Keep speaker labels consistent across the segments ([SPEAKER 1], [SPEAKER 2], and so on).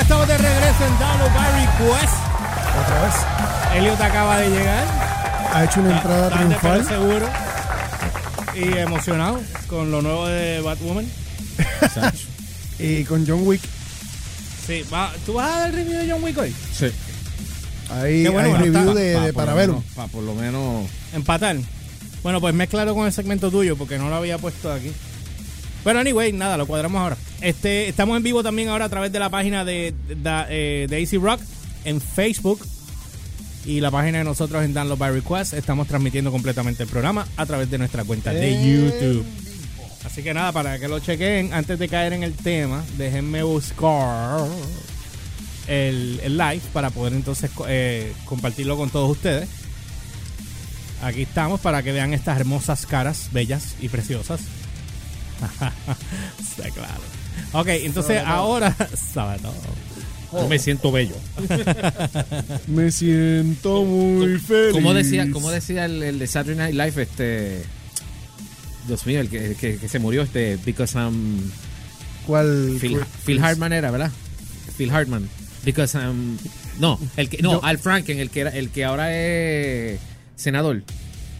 [SPEAKER 1] estamos de regreso en Download by Request.
[SPEAKER 2] Otra vez.
[SPEAKER 1] Elliot acaba de llegar.
[SPEAKER 2] Ha hecho una entrada
[SPEAKER 1] Tarde, pero
[SPEAKER 2] triunfal.
[SPEAKER 1] seguro. Y emocionado con lo nuevo de Batwoman.
[SPEAKER 2] Y eh, con John Wick.
[SPEAKER 1] Sí, va- ¿tú vas a dar el review de John Wick hoy?
[SPEAKER 3] Sí.
[SPEAKER 2] Hay,
[SPEAKER 1] Qué bueno,
[SPEAKER 2] hay
[SPEAKER 1] bueno,
[SPEAKER 2] review
[SPEAKER 1] está- Ah, pues,
[SPEAKER 2] de,
[SPEAKER 3] Pa-
[SPEAKER 2] de
[SPEAKER 3] por lo
[SPEAKER 2] Parabellum.
[SPEAKER 3] menos- pa- por lo menos.
[SPEAKER 1] Empatar. Bueno, pues mezclalo con el segmento tuyo porque no lo había puesto aquí. Pero anyway, nada, lo cuadramos ahora. Este, estamos en vivo también ahora a través de la página de, de, eh, de AC Rock en Facebook y la página de nosotros en Download by Request. Estamos transmitiendo completamente el programa a través de nuestra cuenta de YouTube. Así que nada, para que lo chequen, antes de caer en el tema, déjenme buscar el, el live para poder entonces co- eh, compartirlo con todos ustedes. Aquí estamos para que vean estas hermosas caras, bellas y preciosas. Está claro. Ok, entonces ahora, sabe todo.
[SPEAKER 4] Yo me siento bello.
[SPEAKER 2] Me siento muy feliz.
[SPEAKER 4] ¿Cómo decía, cómo decía el, el de Saturday Night Live? Este. Dios mío, el que, el que- que se murió, este. Because I'm.
[SPEAKER 2] ¿Cuál?
[SPEAKER 4] Phil, Phil Hartman era, ¿verdad? Phil Hartman. Because I'm. No, el que, no Al Franken, el que, era, el que ahora es senador.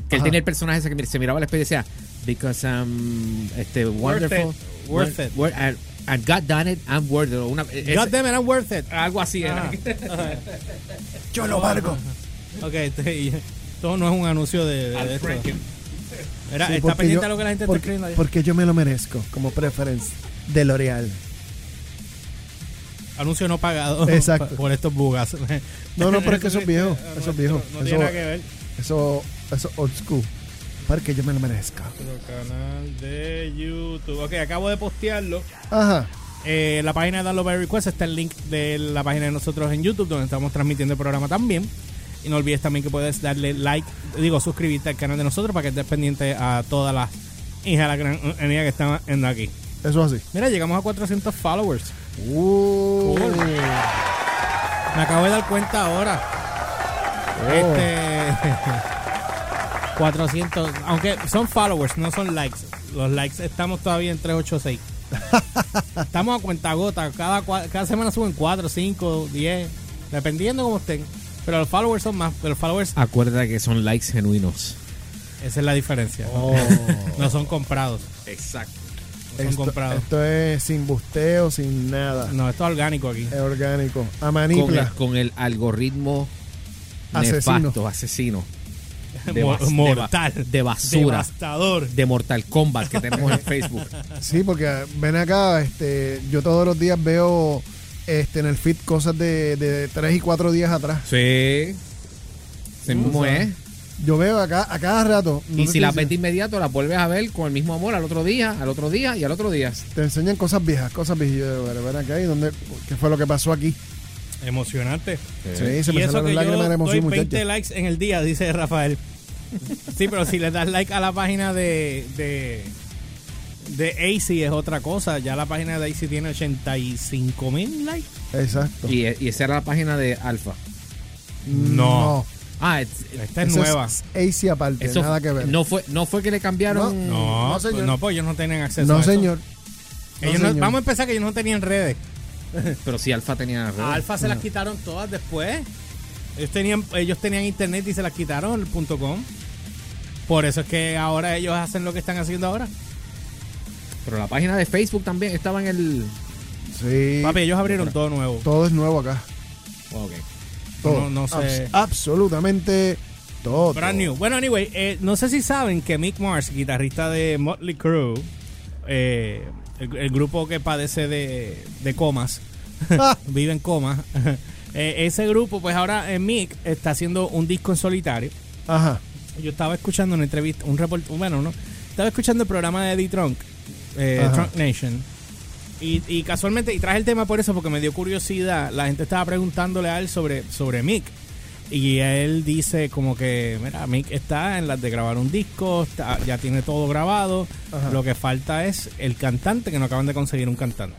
[SPEAKER 4] Que él
[SPEAKER 2] Ajá.
[SPEAKER 4] tenía el personaje ese que mir- se miraba al espejo y decía. Because I'm. Este, wonderful.
[SPEAKER 1] it, worth it.
[SPEAKER 4] wor- and, and God done it, I'm worth it. Una, ese-
[SPEAKER 1] God Ah. damn it, I'm worth it.
[SPEAKER 4] algo así era.
[SPEAKER 2] Yo lo barco.
[SPEAKER 1] Ok, este, y- esto no es un anuncio de, de- de esto. Mira,
[SPEAKER 2] Sí,
[SPEAKER 1] está
[SPEAKER 2] porque
[SPEAKER 1] pendiente
[SPEAKER 2] yo-
[SPEAKER 1] a lo que la gente está
[SPEAKER 2] porque-
[SPEAKER 1] escribiendo ahí.
[SPEAKER 2] Porque yo me lo merezco como preference de L'Oreal.
[SPEAKER 1] Anuncio no pagado
[SPEAKER 2] Exacto.
[SPEAKER 1] por- por estos bugas.
[SPEAKER 2] No, no, pero es que
[SPEAKER 1] Eso
[SPEAKER 2] esos viejos,
[SPEAKER 1] no-
[SPEAKER 2] esos viejos,
[SPEAKER 1] No,
[SPEAKER 2] esos-
[SPEAKER 1] tiene nada que ver.
[SPEAKER 2] Eso eso old school. Porque yo me lo merezco.
[SPEAKER 1] Pero canal de YouTube. Ok, acabo de postearlo.
[SPEAKER 2] Ajá.
[SPEAKER 1] Eh, la página de Download by Request está el link de la página de nosotros en YouTube, donde estamos transmitiendo el programa también. Y no olvides también que puedes darle like, digo, suscribirte al canal de nosotros para que estés pendiente a todas las hijas de la gran que están en aquí.
[SPEAKER 2] Eso así.
[SPEAKER 1] Mira, llegamos a 400 followers.
[SPEAKER 2] Uh,
[SPEAKER 1] Me acabo de dar cuenta ahora. Este. 400. Aunque son followers, no son likes. Los likes estamos todavía en 386. estamos a cuenta gota. Cada, cua- cada semana suben 4, 5, 10. Dependiendo como estén. Pero los followers son más. Pero los followers,
[SPEAKER 4] Acuérdate que son likes genuinos.
[SPEAKER 1] esa es la diferencia. ¿no? No son comprados.
[SPEAKER 4] Exacto.
[SPEAKER 1] No son
[SPEAKER 2] esto,
[SPEAKER 1] comprados.
[SPEAKER 2] esto es sin busteo, sin nada.
[SPEAKER 1] No, esto es orgánico aquí.
[SPEAKER 2] Es orgánico. A
[SPEAKER 4] Con
[SPEAKER 2] manipla.
[SPEAKER 4] el, con el algoritmo
[SPEAKER 2] Asesino.
[SPEAKER 4] nefasto, asesino. De
[SPEAKER 1] Mo-
[SPEAKER 4] bas- de ba-
[SPEAKER 1] mortal.
[SPEAKER 4] de basura.
[SPEAKER 1] Devastador.
[SPEAKER 4] De Mortal Kombat que tenemos en Facebook.
[SPEAKER 2] Sí, porque ven acá, este, yo todos los días veo este, en el feed cosas de, de tres y cuatro días atrás.
[SPEAKER 4] Sí. Sí mismo es.
[SPEAKER 2] Yo veo acá a cada rato. no
[SPEAKER 4] Y
[SPEAKER 2] sé
[SPEAKER 4] si las
[SPEAKER 2] dicen,
[SPEAKER 4] ves de inmediato, las vuelves a ver con el mismo amor al otro día, al otro día y al otro día.
[SPEAKER 2] Te enseñan cosas viejas, cosas viejas. Y yo, Pero ven acá, ¿y dónde, ¿qué fue lo que pasó aquí?
[SPEAKER 1] Emocionante.
[SPEAKER 2] Sí, se
[SPEAKER 1] Y
[SPEAKER 2] me
[SPEAKER 1] eso que
[SPEAKER 2] salieron lágrimas de
[SPEAKER 1] yo doy
[SPEAKER 2] emoción,
[SPEAKER 1] 20
[SPEAKER 2] muchachos.
[SPEAKER 1] likes en el día, dice Rafael. Sí, pero si le das like a la página de, de, de AC es otra cosa. Ya la página de AC tiene 85 mil likes.
[SPEAKER 2] Exacto.
[SPEAKER 4] Y, y esa era la página de Alfa.
[SPEAKER 1] No.
[SPEAKER 4] Ah, es-
[SPEAKER 1] Esta es
[SPEAKER 2] Eso
[SPEAKER 1] nueva.
[SPEAKER 2] AC aparte,
[SPEAKER 4] eso
[SPEAKER 2] nada que ver.
[SPEAKER 4] No fue, no fue que le cambiaron.
[SPEAKER 1] no,
[SPEAKER 2] no,
[SPEAKER 1] pues,
[SPEAKER 2] señor.
[SPEAKER 1] no, pues ellos no tienen acceso a
[SPEAKER 2] No,
[SPEAKER 1] eso.
[SPEAKER 2] señor.
[SPEAKER 1] Ellos
[SPEAKER 2] No,
[SPEAKER 1] no-
[SPEAKER 2] señor.
[SPEAKER 1] Vamos a empezar que ellos no tenían redes.
[SPEAKER 4] Pero sí, Alfa tenía.
[SPEAKER 1] A Alfa se las quitaron todas después. Ellos tenían, ellos tenían internet y se las quitaron el punto .com. Por eso es que ahora ellos hacen lo que están haciendo ahora.
[SPEAKER 4] Pero la página de Facebook también estaba en el.
[SPEAKER 2] Sí.
[SPEAKER 1] Papi, ellos abrieron todo nuevo.
[SPEAKER 2] Todo es nuevo acá.
[SPEAKER 4] Ok.
[SPEAKER 2] Todo.
[SPEAKER 1] No- no sé.
[SPEAKER 2] Abs- absolutamente todo.
[SPEAKER 1] Brand new. Bueno, anyway, eh, no sé si saben que Mick Mars, guitarrista de Motley Crue, eh, el, el grupo que padece de, de comas,
[SPEAKER 2] Ah.
[SPEAKER 1] vive en comas, eh, ese grupo, pues ahora eh, Mick está haciendo un disco en solitario.
[SPEAKER 2] Ajá.
[SPEAKER 1] Yo estaba escuchando una entrevista, un reportaje, bueno, no, estaba escuchando el programa de D-Trunk, eh,
[SPEAKER 2] Ajá.
[SPEAKER 1] Trunk Nation. Y, y casualmente, y traje el tema por eso, porque me dio curiosidad. La gente estaba preguntándole a él sobre, sobre Mick. Y él dice como que, mira, Mick está en las de grabar un disco, está- ya tiene todo grabado.
[SPEAKER 2] Ajá.
[SPEAKER 1] Lo que falta es el cantante, que no acaban de conseguir un cantante.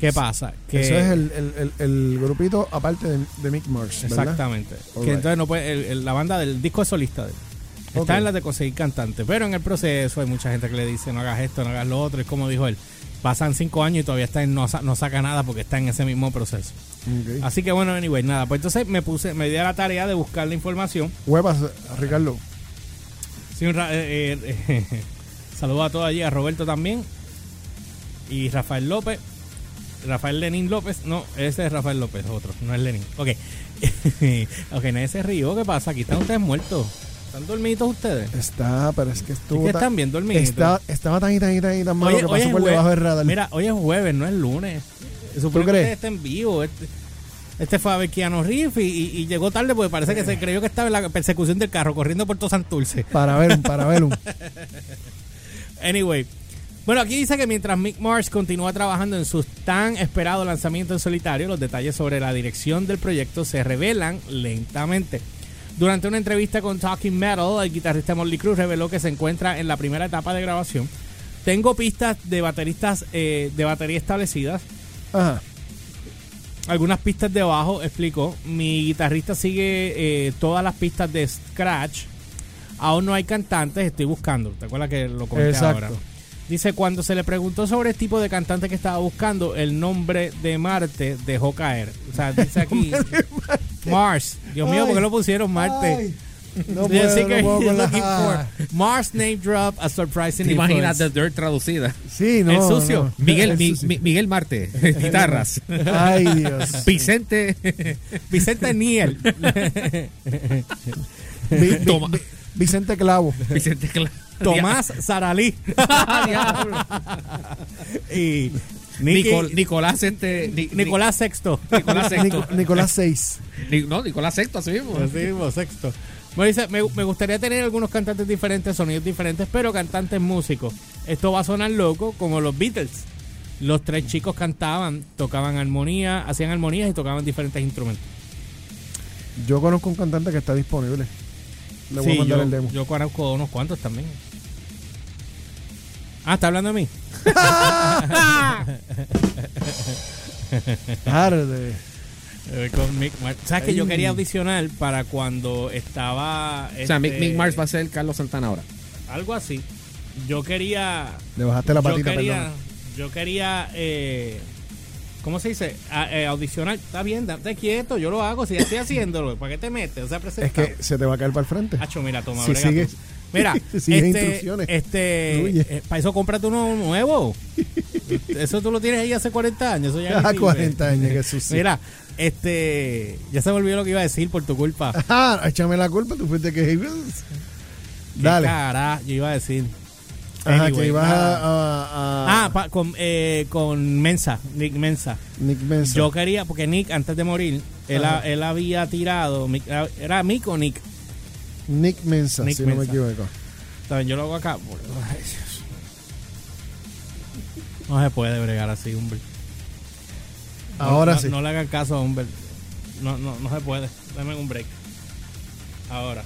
[SPEAKER 1] ¿Qué pasa? Que
[SPEAKER 2] Eso es el, el, el, el grupito aparte de, de Mick Mars, ¿verdad?
[SPEAKER 1] Exactamente. Que
[SPEAKER 2] Alright.
[SPEAKER 1] entonces no puede, el- el- la banda del disco es solista de él. Está
[SPEAKER 2] Ok.
[SPEAKER 1] en la de conseguir cantante, pero en el proceso hay mucha gente que le dice no hagas esto, no hagas lo otro, es como dijo él. Pasan cinco años y todavía está en- no, sa- no saca nada porque está en ese mismo proceso.
[SPEAKER 2] Ok.
[SPEAKER 1] Así que bueno, anyway, nada. Pues entonces me puse, me di a la tarea de buscar la información.
[SPEAKER 2] Huevas, Ricardo.
[SPEAKER 1] Sí, un ra- eh, eh, eh, saludo a todos allí, a Roberto también. Y Rafael López. Rafael Lenín López. No, ese es Rafael López, otro, no es Lenín. Ok. ok, nadie se rió. ¿Qué pasa? Aquí están ustedes muertos. ¿Están dormidos ustedes?
[SPEAKER 2] Está, pero es que estuvo.
[SPEAKER 1] Es que
[SPEAKER 2] tan-
[SPEAKER 1] están bien dormiditos.
[SPEAKER 2] está, Estaba tan y tan y tan y tan malo
[SPEAKER 1] Oye,
[SPEAKER 2] que
[SPEAKER 1] hoy
[SPEAKER 2] pasó
[SPEAKER 1] es
[SPEAKER 2] por
[SPEAKER 1] jue-
[SPEAKER 2] debajo del radar.
[SPEAKER 1] Mira, hoy es jueves, no es lunes. Se supone que
[SPEAKER 2] crees?
[SPEAKER 1] ustedes estén vivos. Este, este fue a ver Keanu Reeves y, y- y llegó tarde porque parece que
[SPEAKER 2] Eh.
[SPEAKER 1] se creyó que estaba en la persecución del carro corriendo por todo Santurce.
[SPEAKER 2] Para ver, un- para ver. un-
[SPEAKER 1] Anyway. Bueno, aquí dice que mientras Mick Mars continúa trabajando en su tan esperado lanzamiento en solitario, los detalles sobre la dirección del proyecto se revelan lentamente. Durante una entrevista con Talking Metal, el guitarrista Molly Cruz reveló que se encuentra en la primera etapa de grabación. Tengo pistas de bateristas eh, de batería establecidas,
[SPEAKER 2] Ajá.
[SPEAKER 1] algunas pistas de bajo, explicó. Mi guitarrista sigue eh, todas las pistas de scratch. Aún no hay cantantes, estoy buscando. ¿Te acuerdas que lo comenté
[SPEAKER 2] Exacto.
[SPEAKER 1] ahora? Dice, cuando se le preguntó sobre el tipo de cantante que estaba buscando, el nombre de Marte dejó caer. O sea, dice aquí Mars. Dios mío, ¿por qué
[SPEAKER 2] Ay,
[SPEAKER 1] lo pusieron Marte?
[SPEAKER 2] Ay, no
[SPEAKER 1] Y así
[SPEAKER 2] puedo,
[SPEAKER 1] que
[SPEAKER 2] no puedo con
[SPEAKER 1] looking
[SPEAKER 2] la... Ah.
[SPEAKER 1] for Mars name drop, a surprising
[SPEAKER 4] ¿Te imaginas
[SPEAKER 1] influence.
[SPEAKER 4] The Dirt traducida?
[SPEAKER 2] Sí, no.
[SPEAKER 1] El sucio.
[SPEAKER 2] no.
[SPEAKER 4] Miguel,
[SPEAKER 2] El
[SPEAKER 4] Mi-
[SPEAKER 2] sucio.
[SPEAKER 4] Mi- Miguel Marte, guitarras.
[SPEAKER 2] Ay, Dios.
[SPEAKER 4] Vicente
[SPEAKER 1] Vicente Niel.
[SPEAKER 2] Vi- vi-
[SPEAKER 4] Toma.
[SPEAKER 2] vi- Vicente Clavo.
[SPEAKER 4] Vicente Cla-
[SPEAKER 1] Tomás Saralí.
[SPEAKER 4] Diablo.
[SPEAKER 1] y Nicky-
[SPEAKER 4] Nicol- Nicolás este Ni- Ni-
[SPEAKER 1] Nicolás Sexto.
[SPEAKER 4] Nicolás Sexto.
[SPEAKER 2] Nico- Pues, Nicolás 6.
[SPEAKER 4] Ni- no, Nicolás Sexto así mismo.
[SPEAKER 1] Así mismo, Pues Sexto. Bueno, dice, me, me gustaría tener algunos cantantes diferentes, sonidos diferentes, pero cantantes músicos. Esto va a sonar loco, como los Beatles. Los tres chicos cantaban, tocaban armonía, hacían armonías y tocaban diferentes instrumentos.
[SPEAKER 2] Yo conozco un cantante que está disponible. Le
[SPEAKER 1] Sí,
[SPEAKER 2] voy a mandar
[SPEAKER 1] yo,
[SPEAKER 2] el demo.
[SPEAKER 1] yo conozco unos cuantos también. Ah, ¿está hablando de mí?
[SPEAKER 2] Tarde.
[SPEAKER 1] Eh, Con Mick Mars. ¿Sabes que yo quería audicionar para cuando estaba...
[SPEAKER 4] O sea, Mick,
[SPEAKER 1] este,
[SPEAKER 4] Mick Mars va a ser Carlos Santana ahora.
[SPEAKER 1] Algo así. Yo quería.
[SPEAKER 2] Le bajaste la patita,
[SPEAKER 1] yo
[SPEAKER 2] perdona.
[SPEAKER 1] quería, yo quería eh, ¿Cómo se dice? A- eh, audicionar. Está bien, date quieto, yo lo hago. Si ya estoy haciéndolo, ¿para qué te metes? O sea,
[SPEAKER 2] Es
[SPEAKER 1] presentado.
[SPEAKER 2] que se te va a caer para el frente.
[SPEAKER 1] Hacho, mira, toma,
[SPEAKER 2] Si
[SPEAKER 1] brega tú.
[SPEAKER 2] sigues-
[SPEAKER 1] Mira,
[SPEAKER 2] si sigues
[SPEAKER 1] este,
[SPEAKER 2] instrucciones, fluye.
[SPEAKER 1] este, para eso cómprate uno nuevo. eso tú lo tienes ahí hace 40 años. Eso ya ni
[SPEAKER 2] A
[SPEAKER 1] sirve.
[SPEAKER 2] 40 Ah, años, que sucio.
[SPEAKER 1] Mira, este, ya se me olvidó lo que iba a decir por tu culpa.
[SPEAKER 2] Ah, échame la culpa, tú fuiste que.
[SPEAKER 1] Qué
[SPEAKER 2] Dale.
[SPEAKER 1] cara, yo iba a decir.
[SPEAKER 2] Ajá,
[SPEAKER 1] Ah, Anyway,
[SPEAKER 2] que ibas
[SPEAKER 1] nada.
[SPEAKER 2] a, a- a-
[SPEAKER 1] Ah, pa- con, eh, con Mensa, Nick Mensa.
[SPEAKER 2] Nick Benson.
[SPEAKER 1] Yo quería, porque Nick, antes de morir, él, ha- él había tirado, Mick- era Mick o Nick.
[SPEAKER 2] Nick Mensa,
[SPEAKER 1] Nick
[SPEAKER 2] si no me
[SPEAKER 1] Mensa.
[SPEAKER 2] equivoco.
[SPEAKER 1] También yo lo hago acá. por- Ay, Dios. No se puede bregar así, hombre. No-
[SPEAKER 2] Ahora
[SPEAKER 1] no-
[SPEAKER 2] sí.
[SPEAKER 1] No le hagan caso a hombre. No, no, no se puede. Dame un break. Ahora.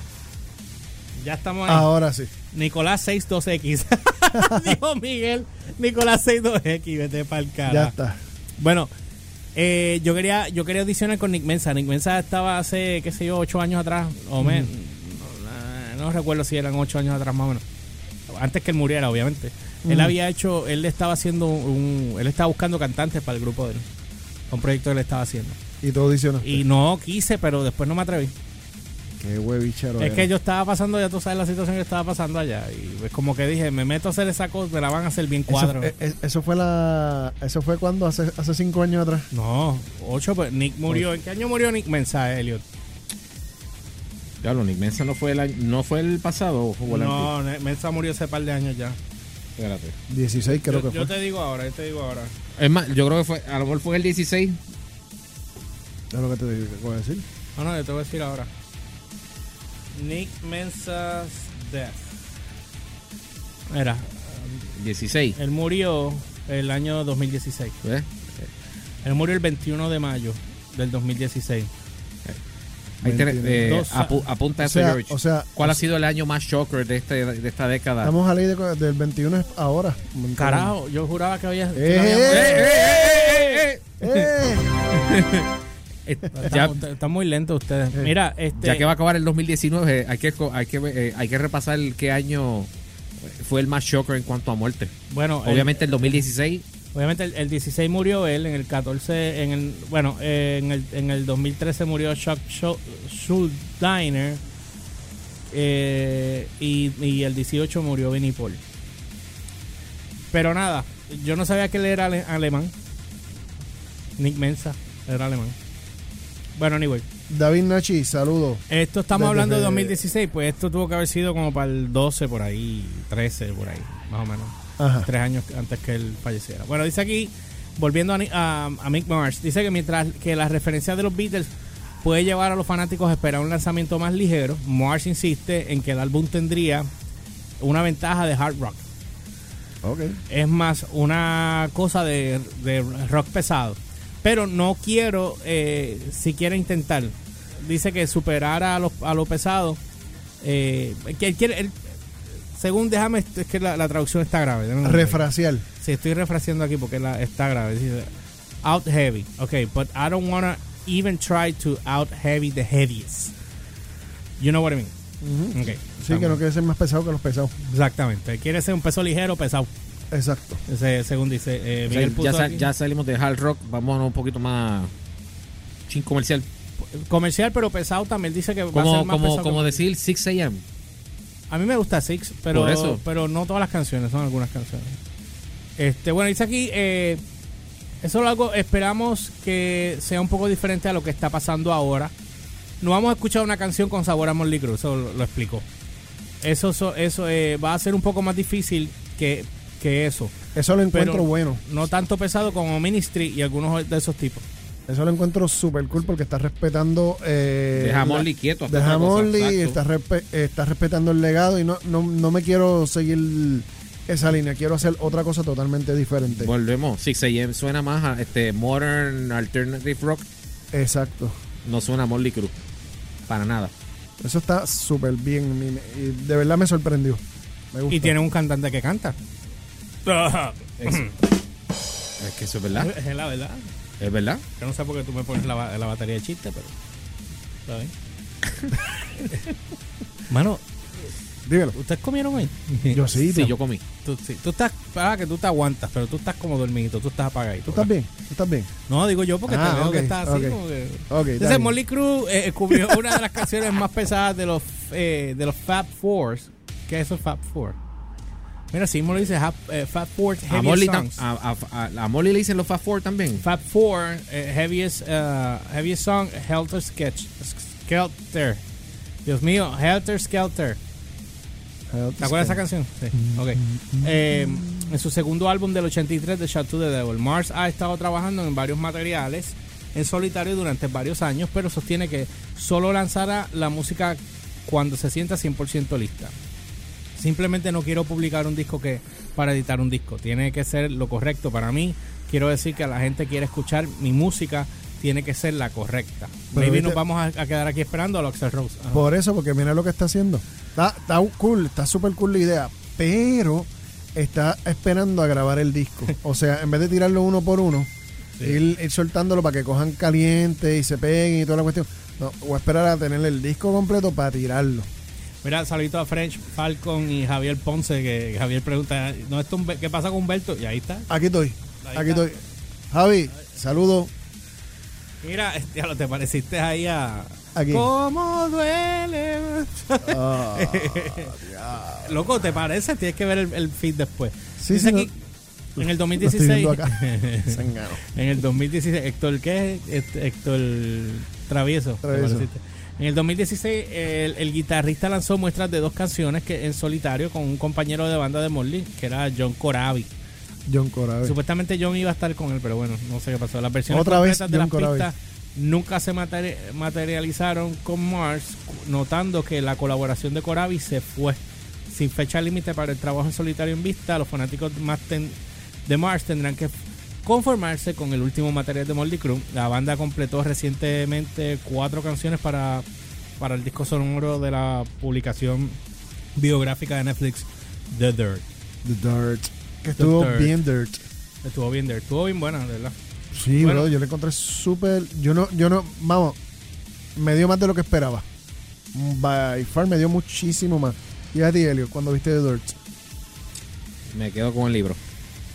[SPEAKER 1] Ya estamos ahí.
[SPEAKER 2] Ahora sí.
[SPEAKER 1] Nicolás 62X. Dijo Miguel. Nicolás 62X. Vete para el cara.
[SPEAKER 2] Ya está.
[SPEAKER 1] Bueno, eh, yo quería yo quería audicionar con Nick Mensa. Nick Mensa estaba hace, qué sé yo, ocho años atrás. O menos. No, no recuerdo si eran ocho años atrás más o menos. Antes que él muriera, obviamente. Él había hecho, él estaba haciendo un, él estaba buscando cantantes para el grupo de él. Un proyecto que él estaba haciendo.
[SPEAKER 2] Y todo adicional.
[SPEAKER 1] Y no quise, pero después no me atreví.
[SPEAKER 2] Qué huevichero.
[SPEAKER 1] Es
[SPEAKER 2] eres.
[SPEAKER 1] que yo estaba pasando, ya tú sabes la situación que estaba pasando allá. Y es como que dije, me meto a hacer esa cosa, me la van a hacer bien
[SPEAKER 2] Eso-
[SPEAKER 1] cuadro.
[SPEAKER 2] eh, eh, Eso, fue la. Eso fue cuando hace, hace cinco años atrás.
[SPEAKER 1] No, ocho, pues Nick murió. ¿En qué año murió Nick Mensa, Elliot?
[SPEAKER 4] Diablo, Nick Mensa no fue el año- no fue el pasado o fue el antes?
[SPEAKER 1] No, Ne- Mensa murió hace par de años ya.
[SPEAKER 4] Espérate.
[SPEAKER 2] 16 creo
[SPEAKER 1] yo,
[SPEAKER 2] que
[SPEAKER 1] yo
[SPEAKER 2] fue.
[SPEAKER 1] te digo ahora, yo te digo ahora.
[SPEAKER 4] Es más, yo creo que fue, a lo mejor fue el 16.
[SPEAKER 2] Es lo que te digo, voy a decir.
[SPEAKER 1] Ah, No, no, yo te voy a decir ahora. Nick Mensa's death. Mira,
[SPEAKER 4] 16.
[SPEAKER 1] él murió el año 2016.
[SPEAKER 4] ¿Ves?
[SPEAKER 1] Él murió el 21 de mayo del 2016.
[SPEAKER 4] Ahí tenés, eh,
[SPEAKER 1] Dos-
[SPEAKER 4] apu- apunta
[SPEAKER 2] O
[SPEAKER 4] eso,
[SPEAKER 2] sea,
[SPEAKER 4] George.
[SPEAKER 2] o sea,
[SPEAKER 4] ¿Cuál ha sido el año más shocker de, este, de esta década?
[SPEAKER 2] Estamos a ley de, del 21 es ahora. Montón.
[SPEAKER 1] Carajo, yo juraba que había... que no
[SPEAKER 2] Eh,
[SPEAKER 1] había
[SPEAKER 2] eh,
[SPEAKER 1] muerto.
[SPEAKER 2] ¡Eh!
[SPEAKER 4] Eh, ya,
[SPEAKER 1] Están, están muy lentos
[SPEAKER 2] Eh.
[SPEAKER 1] ustedes. Mira, este...
[SPEAKER 4] ya que va a acabar el 2019, hay que, co- hay que, eh, hay que repasar qué año fue el más shocker en cuanto a muerte.
[SPEAKER 1] Bueno, el-
[SPEAKER 4] Obviamente el 2016
[SPEAKER 1] Obviamente el, el 16 murió él, en el 14, en el, bueno, eh, en, el, en el 2013 murió Chuck Schu- Schuldiner eh, y, y el 18 murió Vinnie Paul. Pero nada, yo no sabía que él era ale- alemán. Nick Mensa era alemán. Bueno, anyway.
[SPEAKER 2] David Nachi, saludos.
[SPEAKER 1] Esto estamos
[SPEAKER 2] Desde-
[SPEAKER 1] hablando de 2016, pues esto tuvo que haber sido como para el 12 por ahí, 13 por ahí, más o menos.
[SPEAKER 2] Ajá.
[SPEAKER 1] Tres años antes que él falleciera. Bueno, dice aquí, volviendo a, Ni- a, a Mick Mars, dice que mientras que las referencias de los Beatles puede llevar a los fanáticos a esperar un lanzamiento más ligero, Mars insiste en que el álbum tendría una ventaja de hard rock.
[SPEAKER 2] Ok.
[SPEAKER 1] Es más una cosa de, de rock pesado. Pero no quiero, eh, si quiere intentar. Dice que superar a lo, a lo pesado. eh, que él quiere- él- según déjame, es que la, la traducción está grave. Dame un momento.
[SPEAKER 2] Refracial.
[SPEAKER 1] Sí, estoy refraseando aquí porque la, está grave. Dice, out heavy. Ok, but I don't wanna even try to out heavy the heaviest. You know what I mean. Ok.
[SPEAKER 2] Sí, que no quiere ser más pesado que los pesados.
[SPEAKER 1] Exactamente. Quiere ser un peso ligero, pesado.
[SPEAKER 2] Exacto.
[SPEAKER 1] Ese- según dice eh,
[SPEAKER 4] O sea,
[SPEAKER 1] Miguel puso
[SPEAKER 4] ya, sa-
[SPEAKER 1] aquí.
[SPEAKER 4] ya salimos de hard rock, vamos a un poquito más chin comercial.
[SPEAKER 1] comercial pero pesado también dice que va a
[SPEAKER 4] Como,
[SPEAKER 1] ser más
[SPEAKER 4] como,
[SPEAKER 1] pesado
[SPEAKER 4] como
[SPEAKER 1] que-
[SPEAKER 4] decir 6 AM.
[SPEAKER 1] a mí me gusta Six pero
[SPEAKER 4] Por eso.
[SPEAKER 1] pero no todas las canciones son algunas canciones este bueno dice aquí eh, eso lo hago esperamos que sea un poco diferente a lo que está pasando ahora no vamos a escuchar una canción con sabor a Molly Cruz eso lo, lo explico eso eso, eso, eh, va a ser un poco más difícil que que eso
[SPEAKER 2] Eso lo encuentro
[SPEAKER 1] Pero-
[SPEAKER 2] bueno.
[SPEAKER 1] no tanto pesado como Ministry y algunos de esos tipos
[SPEAKER 2] Eso lo encuentro super cool porque está respetando. Eh,
[SPEAKER 4] Deja
[SPEAKER 2] la-
[SPEAKER 4] a Morley quieto. hasta
[SPEAKER 2] Deja a
[SPEAKER 4] otra cosa,
[SPEAKER 2] Morley,
[SPEAKER 4] exacto.
[SPEAKER 2] está, respe- está respetando el legado y no, no, no me quiero seguir esa línea. Quiero hacer otra cosa totalmente diferente.
[SPEAKER 4] Volvemos. 6 AM suena más a este modern alternative rock.
[SPEAKER 2] Exacto.
[SPEAKER 4] No suena a Motley Crue. Para nada.
[SPEAKER 2] Eso está súper bien. mi- y de verdad me sorprendió. Me gusta.
[SPEAKER 1] y tiene un cantante que canta
[SPEAKER 4] Es que eso es verdad.
[SPEAKER 1] es la verdad
[SPEAKER 4] Es verdad.
[SPEAKER 1] Yo no sé por qué tú me pones la, ba- la batería de chiste, pero. ¿Está bien? Mano,
[SPEAKER 2] Dígalo.
[SPEAKER 1] ¿ustedes comieron hoy?
[SPEAKER 2] Yo sí,
[SPEAKER 4] Sí,
[SPEAKER 2] tú-
[SPEAKER 4] yo comí.
[SPEAKER 1] Tú, sí, tú estás. Ah, que tú te aguantas, pero tú estás como dormidito, tú estás apagadito.
[SPEAKER 2] ¿Tú estás bien? ¿Tú estás bien?
[SPEAKER 1] No, digo yo porque
[SPEAKER 2] Ah,
[SPEAKER 1] te veo
[SPEAKER 2] ok,
[SPEAKER 1] que estás así
[SPEAKER 2] ok.
[SPEAKER 1] como que.
[SPEAKER 2] Ok, está
[SPEAKER 1] Entonces,
[SPEAKER 2] bien.
[SPEAKER 1] Molly Cruz descubrió una de las canciones más pesadas de los, eh, de los Fab Fours. ¿Qué es eso, Fab Four? Mira, sí, Molly dice Hap- eh, Fab Four
[SPEAKER 4] A
[SPEAKER 1] Heavy
[SPEAKER 4] Morley, tam-
[SPEAKER 1] Songs.
[SPEAKER 4] a, a- a- a Morley le dicen los Fast Four también.
[SPEAKER 1] Fab Four, eh, heaviest, uh, heaviest song, Helter Sketch, Skelter. Dios mío, Helter Skelter. ¿Te acuerdas de esa canción? Sí, ok. Eh, en su segundo álbum del 83 de Shut to the Devil, Mars ha estado trabajando en varios materiales en solitario durante varios años, pero sostiene que solo lanzará la música cuando se sienta 100% lista. Simplemente no quiero publicar un disco que para editar un disco. Tiene que ser lo correcto para mí. Quiero decir que la gente quiere escuchar mi música, tiene que ser la correcta.
[SPEAKER 2] Pero
[SPEAKER 1] Maybe
[SPEAKER 2] viste-
[SPEAKER 1] nos vamos a, a quedar aquí esperando a Loxel Rose. Ajá.
[SPEAKER 2] Por eso, porque mira lo que está haciendo. Está, está cool, está súper cool la idea, pero está esperando a grabar el disco. O sea, en vez de tirarlo uno por uno, ir, ir soltándolo para que cojan caliente y se peguen y toda la cuestión. No, o esperar a tener el disco completo para tirarlo.
[SPEAKER 1] Mira, saludito a French Falcon y Javier Ponce, que Javier pregunta, ¿no esto Humbe- ¿qué pasa con Humberto? Y ahí está.
[SPEAKER 2] Aquí estoy,
[SPEAKER 1] Ahí
[SPEAKER 2] aquí
[SPEAKER 1] está.
[SPEAKER 2] estoy. Javi, saludo.
[SPEAKER 1] Mira, este, ya lo te pareciste ahí a...
[SPEAKER 2] ¿A quién?
[SPEAKER 1] ¿Cómo duele?
[SPEAKER 2] Ah,
[SPEAKER 1] Loco, ¿te parece? Tienes que ver el, el feed después.
[SPEAKER 2] Sí,
[SPEAKER 1] Dice
[SPEAKER 2] sí,
[SPEAKER 1] aquí, en el
[SPEAKER 2] lo estoy
[SPEAKER 1] 2016...
[SPEAKER 2] viendo acá. Zangado.
[SPEAKER 1] En el 2016, Héctor, ¿qué es? Este, Héctor Travieso. te
[SPEAKER 2] Travieso.
[SPEAKER 1] pareciste. En el 2016, el, el guitarrista lanzó muestras de dos canciones que en solitario con un compañero de banda de Morley, que era John Corabi.
[SPEAKER 2] John Corabe.
[SPEAKER 1] Supuestamente John iba a estar con él, pero bueno, no sé qué pasó. Las versiones
[SPEAKER 2] Otra vez
[SPEAKER 1] completas de
[SPEAKER 2] John
[SPEAKER 1] las
[SPEAKER 2] Corabi.
[SPEAKER 1] pistas nunca se materi- materializaron con Mars, cu- notando que la colaboración de Corabi se fue. Sin fecha límite para el trabajo en solitario en vista, los fanáticos más ten- de Mars tendrán que conformarse con el último material de Molly Crew. La banda completó recientemente cuatro canciones para, para el disco sonoro de la publicación biográfica de Netflix, The Dirt.
[SPEAKER 2] The Dirt. Que estuvo
[SPEAKER 1] Dirt.
[SPEAKER 2] bien Dirt.
[SPEAKER 1] Estuvo bien, Dirt. Estuvo bien buena, de verdad.
[SPEAKER 2] Sí,
[SPEAKER 1] Bueno.
[SPEAKER 2] bro, yo lo encontré súper. Yo no, yo no, vamos, me dio más de lo que esperaba. By far me dio muchísimo más. Y a ti, Helio, cuando viste The Dirt.
[SPEAKER 4] Me quedo con el libro.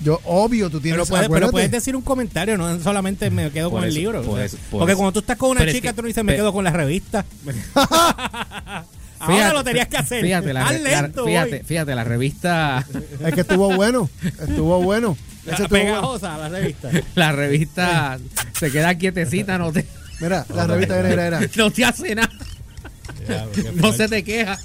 [SPEAKER 2] Yo, obvio, tú tienes
[SPEAKER 1] Pero puedes, pero
[SPEAKER 2] acuérdate.
[SPEAKER 1] puedes decir un comentario, no solamente me quedo
[SPEAKER 4] Por
[SPEAKER 1] con
[SPEAKER 4] eso,
[SPEAKER 1] el libro.
[SPEAKER 4] por
[SPEAKER 1] o sea,
[SPEAKER 4] eso, por
[SPEAKER 1] porque
[SPEAKER 4] eso.
[SPEAKER 1] cuando tú estás con una
[SPEAKER 4] Pero es
[SPEAKER 1] chica,
[SPEAKER 4] que-
[SPEAKER 1] tú no dices, me
[SPEAKER 4] pero-
[SPEAKER 1] quedo con la revista. Ahora lo tenías que hacer.
[SPEAKER 4] Fíjate, la,
[SPEAKER 1] Haz
[SPEAKER 4] re- la-
[SPEAKER 1] lento,
[SPEAKER 4] fíjate,
[SPEAKER 1] voy.
[SPEAKER 4] fíjate, la revista.
[SPEAKER 2] Es que estuvo bueno. Estuvo bueno. Ese
[SPEAKER 1] La
[SPEAKER 2] estuvo bueno.
[SPEAKER 1] pegajosa, la revista.
[SPEAKER 4] La revista se queda quietecita, no te,
[SPEAKER 2] Mira, la revista era, era, era.
[SPEAKER 4] no te hace nada, no se te queja.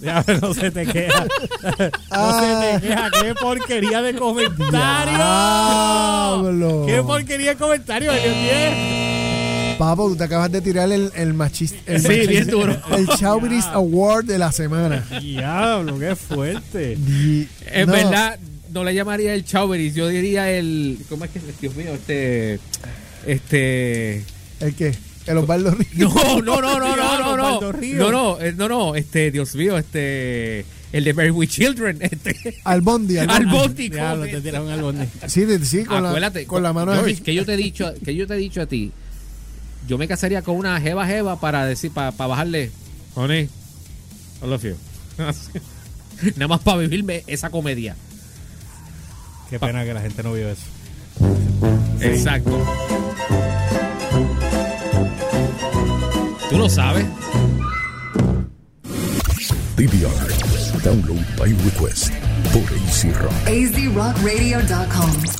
[SPEAKER 1] Ya, no se te queja. No se
[SPEAKER 2] Ah.
[SPEAKER 1] te queja. Qué porquería de comentario.
[SPEAKER 2] Diablo.
[SPEAKER 1] Qué porquería de comentario, Eliot Díez.
[SPEAKER 2] Papo, tú te acabas de tirar el, el machista. El
[SPEAKER 4] Sí,
[SPEAKER 2] machis-
[SPEAKER 4] bien duro.
[SPEAKER 2] El Chauvinist Award de la semana.
[SPEAKER 1] Diablo, qué fuerte.
[SPEAKER 2] Y-
[SPEAKER 4] En
[SPEAKER 2] no,
[SPEAKER 4] verdad, no le llamaría el Chauveris, yo diría el. ¿Cómo es que es? Dios mío, este. Este.
[SPEAKER 2] ¿El qué? El Osvaldo Ríos.
[SPEAKER 4] No, no, no, no, no, no, no.
[SPEAKER 1] Osvaldo Ríos.
[SPEAKER 4] No, no, eh, no, no, este, Dios mío, este. El de Mary with Children, este.
[SPEAKER 2] Albondi. Albondi.
[SPEAKER 4] Albótico.
[SPEAKER 1] Diablo, te tiraron al bonde.
[SPEAKER 2] Sí, de- sí, con,
[SPEAKER 4] Acuérdate,
[SPEAKER 2] la, con la mano
[SPEAKER 4] George,
[SPEAKER 2] así.
[SPEAKER 4] que yo te he dicho, que yo te he dicho a ti, yo me casaría con una jeva jeva para decir, para bajarle, honey, I love you. Nada más para vivirme esa comedia.
[SPEAKER 1] Qué pena que la gente no vio eso.
[SPEAKER 4] Exacto. Tú lo sabes.
[SPEAKER 3] DVR. Download by request por AC Rock.
[SPEAKER 5] azrockradio.com.